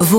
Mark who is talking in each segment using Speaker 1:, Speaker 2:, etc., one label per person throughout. Speaker 1: Vous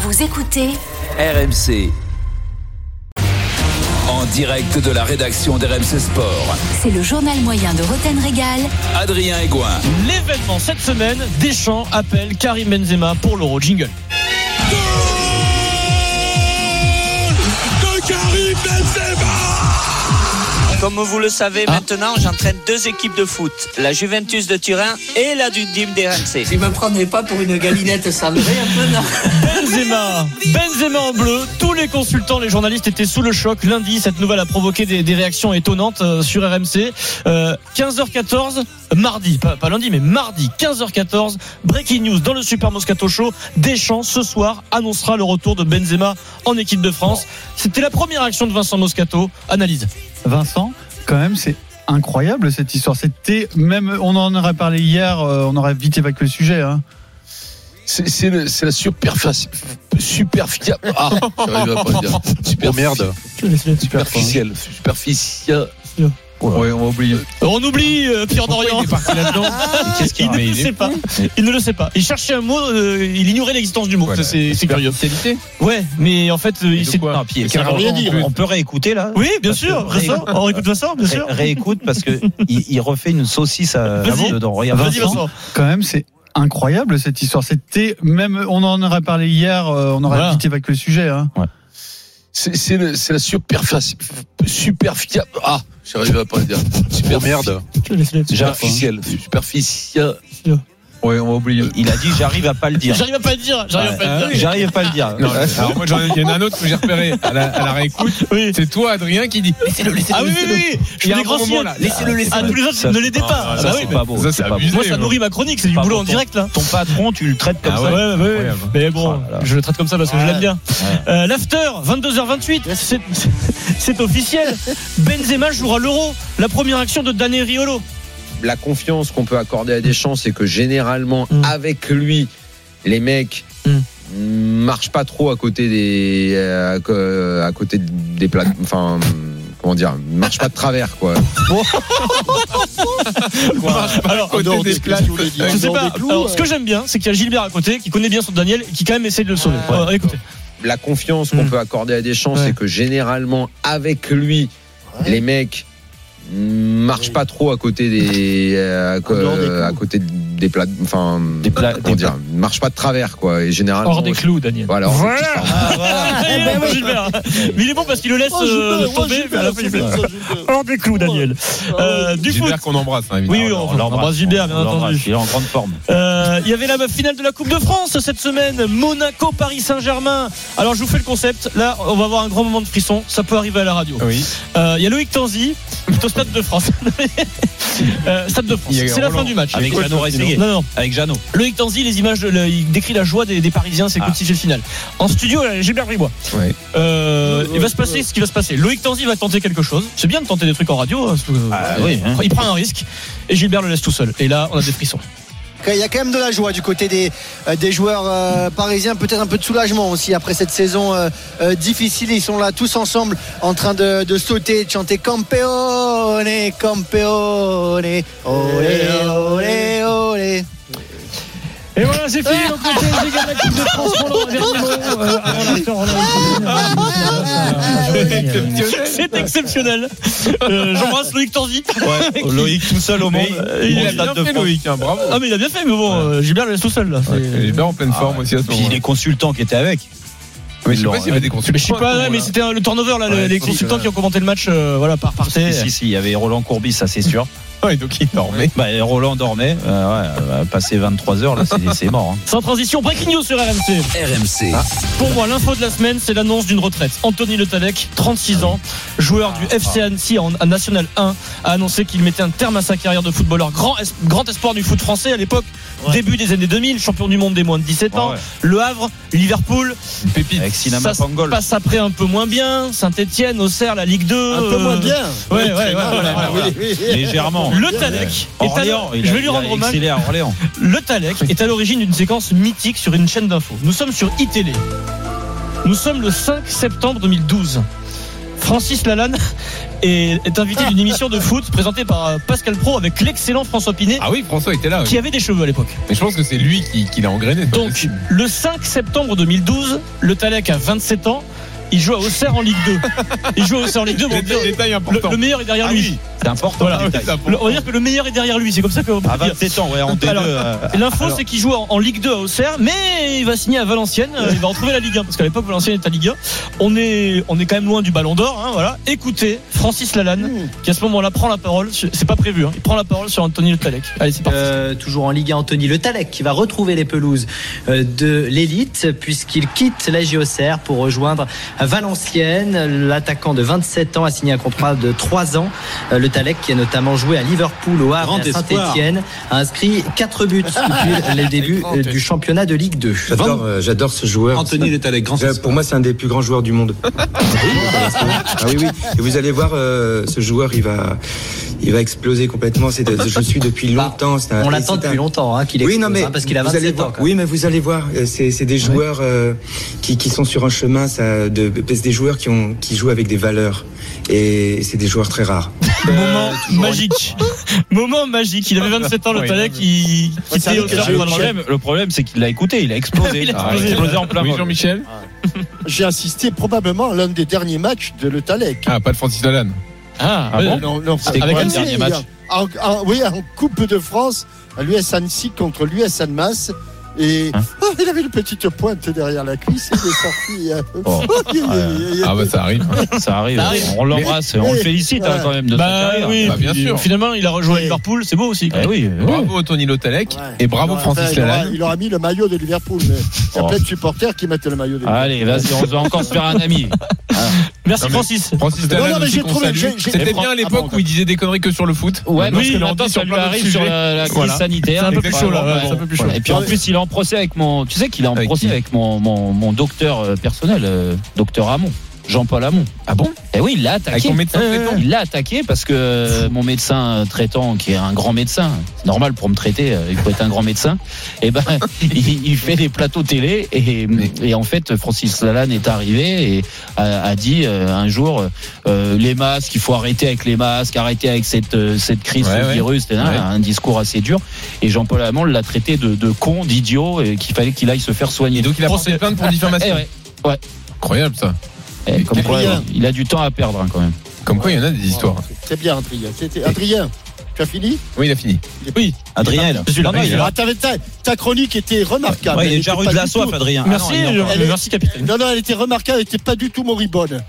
Speaker 1: Vous écoutez
Speaker 2: RMC. En direct de la rédaction d'RMC Sport,
Speaker 1: C'est le journal moyen de Roten Régal
Speaker 2: Adrien Egoin.
Speaker 3: L'événement cette semaine, Deschamps appelle Karim Benzema pour l'Euro Jingle.
Speaker 4: Comme vous le savez
Speaker 5: Ah.
Speaker 4: maintenant, j'entraîne deux équipes de foot, la Juventus de Turin et la du Dîme d'RMC.
Speaker 6: Tu me prenais pas pour une galinette salée un peu, non
Speaker 3: Benzema, Benzema en bleu. Tous les consultants, les journalistes étaient sous le choc lundi. Cette nouvelle a provoqué des, des réactions étonnantes euh, sur RMC. Euh, 15h14, mardi, pas, pas lundi, mais mardi, 15h14, breaking news dans le Super Moscato Show. Deschamps ce soir annoncera le retour de Benzema en équipe de France. C'était la première action de Vincent Moscato. Analyse.
Speaker 7: Vincent, quand même, c'est incroyable cette histoire. C'était même, on en aurait parlé hier, euh, on aurait vite évacué le sujet. hein.
Speaker 8: C'est c'est le- c'est la superface. Superficia. Ah, j'arrive à pas le dire.
Speaker 9: Oh,
Speaker 8: Super merde. Superficielle. Superficielle. Ouais, on va oublier.
Speaker 3: On oublie euh, Pierre Dorian.
Speaker 8: Qu'est-ce qu'il
Speaker 3: Il
Speaker 10: Ah,
Speaker 3: ne le sait pas. Il ne le sait pas. Il cherchait un mot, euh, il ignorait l'existence du mot.
Speaker 8: Voilà.
Speaker 3: C'est c'est curieux. Ouais, mais en fait, euh, il s'est.
Speaker 8: quoi
Speaker 3: Non, puis- c'est important.
Speaker 10: On peut réécouter là
Speaker 3: Oui, bien sûr. Ressort. On réécoute ça, bien
Speaker 10: Ré-
Speaker 3: sûr.
Speaker 10: Réécoute parce que il, il refait une saucisse à
Speaker 3: Vas-y.
Speaker 10: à vous dedans. Regarde,
Speaker 3: Vas-y,
Speaker 10: Vincent.
Speaker 3: Vincent.
Speaker 7: Quand même, c'est incroyable cette histoire. C'était même, on en aurait parlé hier, euh, on aurait
Speaker 3: Voilà.
Speaker 7: vite évacué le sujet. hein.
Speaker 8: C'est c'est le- c'est la superface. Superficielle. Ah, j'arrive à pas le dire.
Speaker 9: Oh,
Speaker 8: Super merde.
Speaker 9: hein.
Speaker 8: Superficielle. Superficielle. Ouais, on va oublier.
Speaker 10: Il a dit j'arrive à pas le dire. Ah,
Speaker 3: J'arrive à pas le dire. J'arrive à pas le dire.
Speaker 10: J'arrive à pas le dire.
Speaker 11: Non, alors moi, j'en ai- il y en a un autre que j'ai repéré à la, à la réécoute.
Speaker 3: Oui.
Speaker 11: C'est toi, Adrien, qui dit Laissez-le, laissez-le.
Speaker 3: Ah oui, oui, oui. Je
Speaker 11: Il y a
Speaker 3: les
Speaker 11: un bon moment,
Speaker 3: grossis.
Speaker 11: là. Laissez-le,
Speaker 3: Ah,
Speaker 11: laissez-le.
Speaker 3: tous les autres,
Speaker 10: Ça,
Speaker 3: ne les
Speaker 10: c'est-
Speaker 3: pas.
Speaker 10: ça,
Speaker 3: Ah
Speaker 10: c'est
Speaker 3: oui,
Speaker 10: pas beau.
Speaker 11: ça,
Speaker 10: c'est
Speaker 11: c'est
Speaker 10: pas beau.
Speaker 11: abusé.
Speaker 3: Moi, ça
Speaker 11: moi.
Speaker 3: nourrit ma chronique. C'est du
Speaker 10: Pas
Speaker 3: boulot en
Speaker 10: content.
Speaker 3: direct, là.
Speaker 10: Ton patron, tu le traites comme
Speaker 11: Ah
Speaker 10: ça.
Speaker 11: ouais. Incroyable.
Speaker 3: Mais bon,
Speaker 10: Ah là là.
Speaker 3: je le traite comme ça parce que je l'aime bien.
Speaker 10: Ouais.
Speaker 3: Euh, L'after, 22h28, c'est- c'est officiel. Benzema jouera l'Euro. La première action de Daniel Riolo.
Speaker 9: la confiance qu'on peut accorder à Deschamps, c'est que généralement,
Speaker 3: Mm.
Speaker 9: avec lui, les mecs marchent pas trop à côté des euh, à co- à côté des plats enfin comment dire marchent pas de travers quoi
Speaker 3: Alors,
Speaker 11: Côté des places.
Speaker 3: je sais pas. Alors, ce que j'aime bien, c'est qu'il y a Gilbert à côté qui connaît bien son Daniel et qui quand même essaie de le sauver. Euh, écoutez.
Speaker 9: la confiance qu'on
Speaker 3: Mm.
Speaker 9: peut accorder à Deschamps
Speaker 3: Ouais.
Speaker 9: c'est que généralement avec lui les mecs marchent pas trop à côté des euh, à, co- à côté des plats enfin
Speaker 10: Des pla-
Speaker 9: comment
Speaker 10: des
Speaker 9: dire marchent pas de travers quoi et généralement
Speaker 3: clous, Daniel.
Speaker 9: voilà, hors des clous, pardon.
Speaker 3: Ah, il est bon, Gilbert. Mais il est bon parce qu'il le laisse euh, tomber. à la fin, il fait- Hors des clous, Daniel. Euh, Du coup,
Speaker 11: Gilbert qu'on embrasse, hein, évidemment.
Speaker 3: Oui, oui, on embrasse Gilbert, bien
Speaker 10: on l'embrasse.
Speaker 3: entendu.
Speaker 10: Il est en grande forme.
Speaker 3: Euh, il y avait la finale de la Coupe de France cette semaine, Monaco Paris Saint-Germain. Alors je vous fais le concept, là on va avoir un grand moment de frisson, ça peut arriver à la radio.
Speaker 11: Oui.
Speaker 3: Euh, il y a Loïc Tanzi, qui est au Stade de France. Euh, Stade de France,
Speaker 11: Il y a
Speaker 3: c'est la
Speaker 11: Roland.
Speaker 3: fin du match.
Speaker 10: Avec
Speaker 3: Écoute,
Speaker 10: Jeannot Rességuier.
Speaker 3: Non, non.
Speaker 10: Avec Jeannot.
Speaker 3: Loïc Tanzi, les images, de- le- il décrit la joie des, des Parisiens, c'est
Speaker 10: Ah.
Speaker 3: comme si c'était le final. En studio, euh, Gilbert Bribois.
Speaker 9: Ouais.
Speaker 3: Euh, il va se passer ce qui va se passer. Loïc Tanzi va tenter quelque chose. C'est bien de tenter des trucs en radio. hein, parce que-
Speaker 10: oui, hein.
Speaker 3: Il prend un risque et Gilbert le laisse tout seul. Et là, on a des frissons.
Speaker 12: Il y a quand même de la joie du côté des, euh, des joueurs euh, parisiens, peut-être un peu de soulagement aussi après cette saison euh, euh, difficile. Ils sont là tous ensemble en train de, de sauter, de chanter Campeone, Campeone, olé, olé, olé.
Speaker 3: Et voilà, c'est fini. Donc, le PSG gagne la Coupe de France pour le dernier mot, euh, avant la fin, on a- C'est exceptionnel. Euh, J'embrasse Loïc Tanzi.
Speaker 10: Loïc tout seul au monde.
Speaker 3: Euh, il
Speaker 11: Il
Speaker 3: est
Speaker 11: a bien
Speaker 10: de
Speaker 11: fait,
Speaker 10: France.
Speaker 11: Loïc, hein, bravo.
Speaker 3: Ah, mais il a bien fait, mais bon, euh, Gilbert le laisse tout seul. Là. C'est-
Speaker 11: Il est bien en pleine forme aussi à
Speaker 10: Ah,
Speaker 11: ce
Speaker 10: Puis
Speaker 11: moment-là.
Speaker 10: les consultants qui étaient avec.
Speaker 11: Mais je sais pas s'il y
Speaker 10: hein.
Speaker 11: avait des consultants.
Speaker 3: Mais je sais pas, ouais, mais c'était euh, le turnover, là, le-
Speaker 11: Ouais,
Speaker 3: les
Speaker 11: si,
Speaker 3: consultants
Speaker 11: ouais.
Speaker 3: qui ont commenté le match euh, voilà, par partaient.
Speaker 10: Si, si, il y avait Roland Courbis, ça c'est sûr.
Speaker 11: Ouais, donc il dormait.
Speaker 10: Bah, Roland dormait. Euh, ouais, passé 23 heures, là, c'est- c'est mort. hein.
Speaker 3: Sans transition, breaking news sur RMC.
Speaker 2: RMC.
Speaker 3: Pour moi, l'info de la semaine, c'est l'annonce d'une retraite. Anthony Le Tallec, 36 ans, joueur du FC Annecy en en National 1, a annoncé qu'il mettait un terme à sa carrière de footballeur. Grand, es- grand espoir du foot français à l'époque début des années 2000, champion du monde des moins de 17 ans,
Speaker 10: Ouais, ouais.
Speaker 3: Le Havre, Liverpool,
Speaker 10: Pépite. Avec Sinama
Speaker 3: ça se
Speaker 10: Pangol.
Speaker 3: passe après un peu moins bien, Saint-Etienne, Auxerre, la Ligue 2.
Speaker 12: Un peu moins bien.
Speaker 3: Ouais, ouais,
Speaker 12: Très
Speaker 3: ouais,
Speaker 12: mal,
Speaker 3: voilà,
Speaker 12: voilà,
Speaker 3: voilà.
Speaker 12: oui, oui.
Speaker 10: Légèrement.
Speaker 3: Le Talek. est à
Speaker 10: Orléans,
Speaker 3: l'o-
Speaker 10: il
Speaker 3: je
Speaker 10: a-
Speaker 3: vais lui
Speaker 10: il a
Speaker 3: rendre hommage.
Speaker 10: excellé à Orléans.
Speaker 3: Le Talek est à l'origine d'une séquence mythique sur une chaîne d'infos. Nous sommes sur iTélé. Nous sommes le 5 septembre 2012. Francis Lalanne est, est invité d'une émission de foot présentée par euh, Pascal Pro avec l'excellent François Pinet
Speaker 11: Ah oui, François était là. oui.
Speaker 3: qui avait des cheveux à l'époque.
Speaker 11: Mais je pense que c'est lui qui, qui l'a engrainé. c'est pas
Speaker 3: Donc,
Speaker 11: possible.
Speaker 3: le 5 septembre 2012, le Talek a 27 ans. Il joue à Auxerre en Ligue 2. Il joue à Auxerre en Ligue 2. bon,
Speaker 11: Détail-
Speaker 3: le-
Speaker 11: détail
Speaker 3: le,
Speaker 11: important.
Speaker 3: le meilleur est derrière lui.
Speaker 10: C'est important.
Speaker 3: Voilà.
Speaker 10: le
Speaker 11: Ah oui,
Speaker 10: détail.
Speaker 11: c'est
Speaker 3: Le-
Speaker 11: important.
Speaker 3: on va dire que le meilleur est derrière lui. C'est comme ça qu'on peut
Speaker 10: À
Speaker 3: dire.
Speaker 10: 27 ans, ouais, en D2.
Speaker 3: Alors,
Speaker 10: euh,
Speaker 3: L'info,
Speaker 10: alors,
Speaker 3: c'est qu'il joue en en Ligue 2 à Auxerre, mais il va signer à Valenciennes. euh, Il va retrouver la Ligue 1 parce qu'à l'époque Valenciennes était à Ligue 1. On est, on est quand même loin du Ballon d'Or. hein, voilà. Écoutez Francis Lalanne qui à ce moment-là prend la parole. sur- C'est pas prévu. hein, il prend la parole sur Anthony Le Talec. Allez, c'est parti.
Speaker 5: Euh, toujours en Ligue 1, Anthony Le Tallec qui va retrouver les pelouses euh, de l'élite puisqu'il quitte la Géocère pour rejoindre Valenciennes. L'attaquant de 27 ans a signé un contrat de 3 ans. Euh, Le Tallec qui a notamment joué à Liverpool, au Havre,
Speaker 6: Grand
Speaker 5: et à
Speaker 6: espoir.
Speaker 5: Saint-Etienne, a inscrit 4 buts depuis le début euh, du championnat de Ligue 2.
Speaker 13: J'adore, euh, j'adore ce joueur.
Speaker 5: Anthony
Speaker 13: C'est- Euh, Pour moi, c'est un des plus grands joueurs du monde. ah oui, oui. Et vous allez voir, euh, ce joueur, il va, il va exploser complètement. C'est, je le suis depuis longtemps. c'est un-
Speaker 5: Ah, On l'attend
Speaker 13: c'est un-
Speaker 5: depuis longtemps hein, qu'il
Speaker 13: oui,
Speaker 5: explose,
Speaker 13: non, mais
Speaker 5: hein, parce qu'il a
Speaker 13: vous allez
Speaker 5: 27 ans.
Speaker 13: voir, oui, mais vous allez voir, euh, c'est c'est des joueurs euh, qui, qui sont sur un chemin, ça, de, c'est des joueurs qui, ont, qui jouent avec des valeurs. Et c'est des joueurs très rares.
Speaker 10: bah,
Speaker 3: Moment magique. Moment magique. Il avait 27 ans Le
Speaker 10: Oui.
Speaker 3: Talec. Il
Speaker 10: le
Speaker 3: quittait
Speaker 10: problème-
Speaker 3: Auxerre
Speaker 10: le
Speaker 3: pour Valenciennes.
Speaker 10: problème, le problème, c'est qu'il l'a écouté, il a explosé.
Speaker 3: Il a
Speaker 10: Ah,
Speaker 3: explosé.
Speaker 10: en plein
Speaker 11: Oui,
Speaker 10: vol.
Speaker 11: Jean-Michel
Speaker 14: J'ai assisté probablement à l'un des derniers matchs de Le Talec.
Speaker 11: Ah, pas de Francis Lalanne.
Speaker 3: Ah,
Speaker 11: Ah
Speaker 3: ouais.
Speaker 11: bon
Speaker 14: Non, non,
Speaker 11: C'était
Speaker 14: pas-
Speaker 11: quoi
Speaker 14: pas-
Speaker 11: le
Speaker 14: si,
Speaker 11: dernier
Speaker 14: il y a-
Speaker 11: match
Speaker 14: hein. en, en- Oui, en Coupe de France, à l'US Annecy contre l'US Annemasse. Et
Speaker 11: Hein
Speaker 14: oh, il avait une petite pointe derrière la cuisse, il est sorti. euh,
Speaker 10: Oh.
Speaker 14: il- il- il-
Speaker 11: Ah, bah ça arrive.
Speaker 10: Ça arrive,
Speaker 3: Ça arrive.
Speaker 10: on l'embrasse, on le
Speaker 14: Mais-
Speaker 10: félicite hein,
Speaker 14: Voilà.
Speaker 10: quand même de sa
Speaker 3: Bah
Speaker 10: carrière.
Speaker 3: oui.
Speaker 11: Bah, bien
Speaker 3: puis,
Speaker 11: sûr.
Speaker 3: Finalement, il a rejoint
Speaker 14: Et-
Speaker 3: Liverpool. C'est beau aussi. quand
Speaker 10: Eh
Speaker 3: même.
Speaker 10: oui, oui.
Speaker 11: Bravo Anthony Lotalec et bravo
Speaker 14: Enfin,
Speaker 11: Francis
Speaker 14: il aura-
Speaker 11: Lalanne.
Speaker 14: Il aura mis le maillot de Liverpool. mais Il y a
Speaker 10: Oh.
Speaker 14: plein de supporters qui mettent le maillot de Liverpool.
Speaker 10: Allez, vas-y, on va encore se faire un ami.
Speaker 3: Merci
Speaker 11: Ah. Non, mais-
Speaker 3: Francis.
Speaker 11: Francis
Speaker 14: Non, non,
Speaker 11: Lalanne,
Speaker 14: mais
Speaker 11: aussi
Speaker 14: j'ai
Speaker 11: qu'on
Speaker 14: trouvé-
Speaker 11: salue.
Speaker 14: j'ai- j'ai-
Speaker 11: C'était
Speaker 10: Fran-
Speaker 11: bien à
Speaker 10: Ah,
Speaker 11: l'époque
Speaker 10: bon,
Speaker 11: où il disait des conneries que sur le foot.
Speaker 10: Ouais, parce
Speaker 3: Oui,
Speaker 10: que
Speaker 3: maintenant,
Speaker 10: maintenant,
Speaker 11: ça
Speaker 10: ça
Speaker 11: lui
Speaker 10: lui arrive sur la, la crise
Speaker 11: Voilà.
Speaker 10: sanitaire.
Speaker 3: C'est un peu
Speaker 10: Ouais,
Speaker 3: plus chaud, là,
Speaker 10: ouais,
Speaker 3: ouais,
Speaker 10: bon.
Speaker 3: c'est un peu plus chaud.
Speaker 10: Et puis en plus, il est en procès avec mon. Tu sais qu'il est en
Speaker 11: Avec
Speaker 10: procès
Speaker 11: qui
Speaker 10: avec mon, mon, mon docteur euh, personnel, euh, docteur Hamon. Jean-Paul Hamon.
Speaker 11: Ah bon
Speaker 10: Eh oui, il l'a attaqué.
Speaker 11: Avec ton médecin
Speaker 10: Ouais, ouais,
Speaker 11: traitant.
Speaker 10: ouais. Il l'a attaqué parce que euh, mon médecin traitant, qui est un grand médecin, c'est normal pour me traiter, euh, il faut être un grand médecin, et ben, il, il fait des plateaux télé et, et en fait, Francis Lalanne est arrivé et a, a dit euh, un jour euh, les masques, il faut arrêter avec les masques, arrêter avec cette, euh, cette crise,
Speaker 11: Ouais,
Speaker 10: ce
Speaker 11: ouais.
Speaker 10: virus, etc.
Speaker 11: Ouais.
Speaker 10: un discours assez dur. Et Jean-Paul Hamon l'a traité de, de con, d'idiot, et qu'il fallait qu'il aille se faire soigner.
Speaker 11: Et donc il a porté plainte
Speaker 3: Ah,
Speaker 11: pour
Speaker 10: Eh
Speaker 11: diffamation.
Speaker 10: ouais.
Speaker 11: Incroyable ça.
Speaker 10: Eh, comme
Speaker 11: Quel
Speaker 10: quoi,
Speaker 14: lien.
Speaker 10: il a du temps à perdre hein, quand même.
Speaker 11: Comme quoi il y en a des histoires.
Speaker 14: C'est bien, Adrien. C'était- Adrien, tu as fini
Speaker 11: Oui, il a fini.
Speaker 3: Oui.
Speaker 10: Adrien, là.
Speaker 3: Je suis là.
Speaker 10: Adrien, il est là.
Speaker 14: Ah, t'avais- ta, ta chronique était remarquable.
Speaker 10: Ouais, il
Speaker 14: Elle
Speaker 10: est déjà
Speaker 14: était
Speaker 10: rue
Speaker 14: pas
Speaker 10: de la
Speaker 14: du
Speaker 10: soif,
Speaker 14: tout-
Speaker 10: Adrien.
Speaker 3: Merci,
Speaker 10: Ah non, il est en-
Speaker 3: euh, merci capitaine.
Speaker 14: Non, non, elle était remarquable, elle était pas du tout moribonde.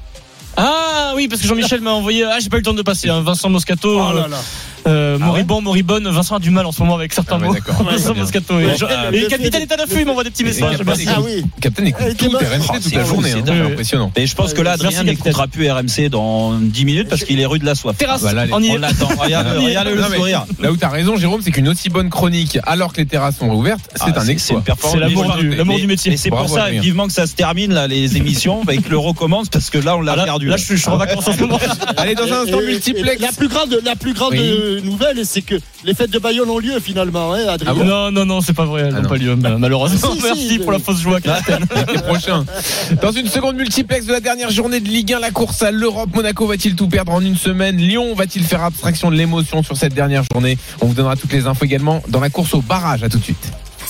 Speaker 3: Ah oui, parce que Jean-Michel m'a envoyé. Ah, j'ai pas eu le temps de passer. hein, Vincent Moscato.
Speaker 14: Oh là
Speaker 3: euh,
Speaker 14: là.
Speaker 10: Ah
Speaker 3: Euh, moribond, moribonne, Vincent a du mal en ce moment avec certains
Speaker 11: Ah ouais,
Speaker 3: mots.
Speaker 11: d'accord.
Speaker 3: Vincent
Speaker 11: Ouais,
Speaker 3: Moscato. Et,
Speaker 14: bien.
Speaker 3: Jean-
Speaker 14: Ouais,
Speaker 3: et
Speaker 14: le
Speaker 3: Capitaine
Speaker 14: fait-
Speaker 3: est à l'affût, il m'envoie des petits messages.
Speaker 11: Et-
Speaker 3: Merci.
Speaker 14: Ah oui.
Speaker 11: Captain
Speaker 14: Elle
Speaker 11: écoute
Speaker 14: était
Speaker 11: tout
Speaker 14: moche.
Speaker 11: RMC toute
Speaker 10: Oh, c'est
Speaker 11: la
Speaker 10: fou,
Speaker 11: journée.
Speaker 10: c'est
Speaker 11: hein.
Speaker 10: dingue.
Speaker 11: C'est impressionnant.
Speaker 10: Et je pense que là, Adrien
Speaker 3: Merci,
Speaker 10: n'écoutera plus RMC dans 10 minutes parce qu'il est rue de la soif.
Speaker 3: Terrasse,
Speaker 11: Voilà, allez.
Speaker 3: on y
Speaker 10: On
Speaker 3: est.
Speaker 10: l'attend. Regarde,
Speaker 3: On y est.
Speaker 10: regardez le
Speaker 11: Non, mais
Speaker 10: sourire.
Speaker 11: Là où t'as raison, Jérôme, c'est qu'une aussi bonne chronique alors que les terrasses sont ouvertes, c'est
Speaker 10: Ah,
Speaker 11: un exploit.
Speaker 10: une performance.
Speaker 3: C'est l'amour
Speaker 10: Mais-
Speaker 3: du-
Speaker 10: mais-
Speaker 3: l'amour du métier.
Speaker 10: mais c'est pour
Speaker 11: Bravo,
Speaker 10: ça,
Speaker 11: Adrien.
Speaker 10: vivement que ça se termine, là, les émissions, et que le recommence, parce que là, on l'a
Speaker 3: Ah, là,
Speaker 10: perdu.
Speaker 3: là, je suis je suis en vacances en ce moment.
Speaker 11: Allez, dans un instant
Speaker 14: Et- et-
Speaker 11: multiplex.
Speaker 14: et La plus grande, la plus grande
Speaker 11: Oui.
Speaker 14: euh, nouvelle, c'est que les fêtes de Bayonne ont lieu finalement, hein,
Speaker 10: Ah
Speaker 14: Adrien.
Speaker 3: Non, non, non, c'est pas vrai. Elles
Speaker 11: Ah,
Speaker 3: n'ont
Speaker 11: non.
Speaker 3: pas lieu, mal- malheureusement.
Speaker 14: Si, si,
Speaker 3: Ah Merci
Speaker 14: mais-
Speaker 3: pour la fausse joie,
Speaker 10: Ah.
Speaker 3: Capitaine.
Speaker 11: L'été prochain. Dans une seconde multiplex de la dernière journée de Ligue 1, la course à l'Europe. Monaco va-t-il tout perdre en une semaine Lyon va-t-il faire abstraction de l'émotion sur cette dernière journée On vous donnera toutes les infos également dans la course au barrage. À tout de suite.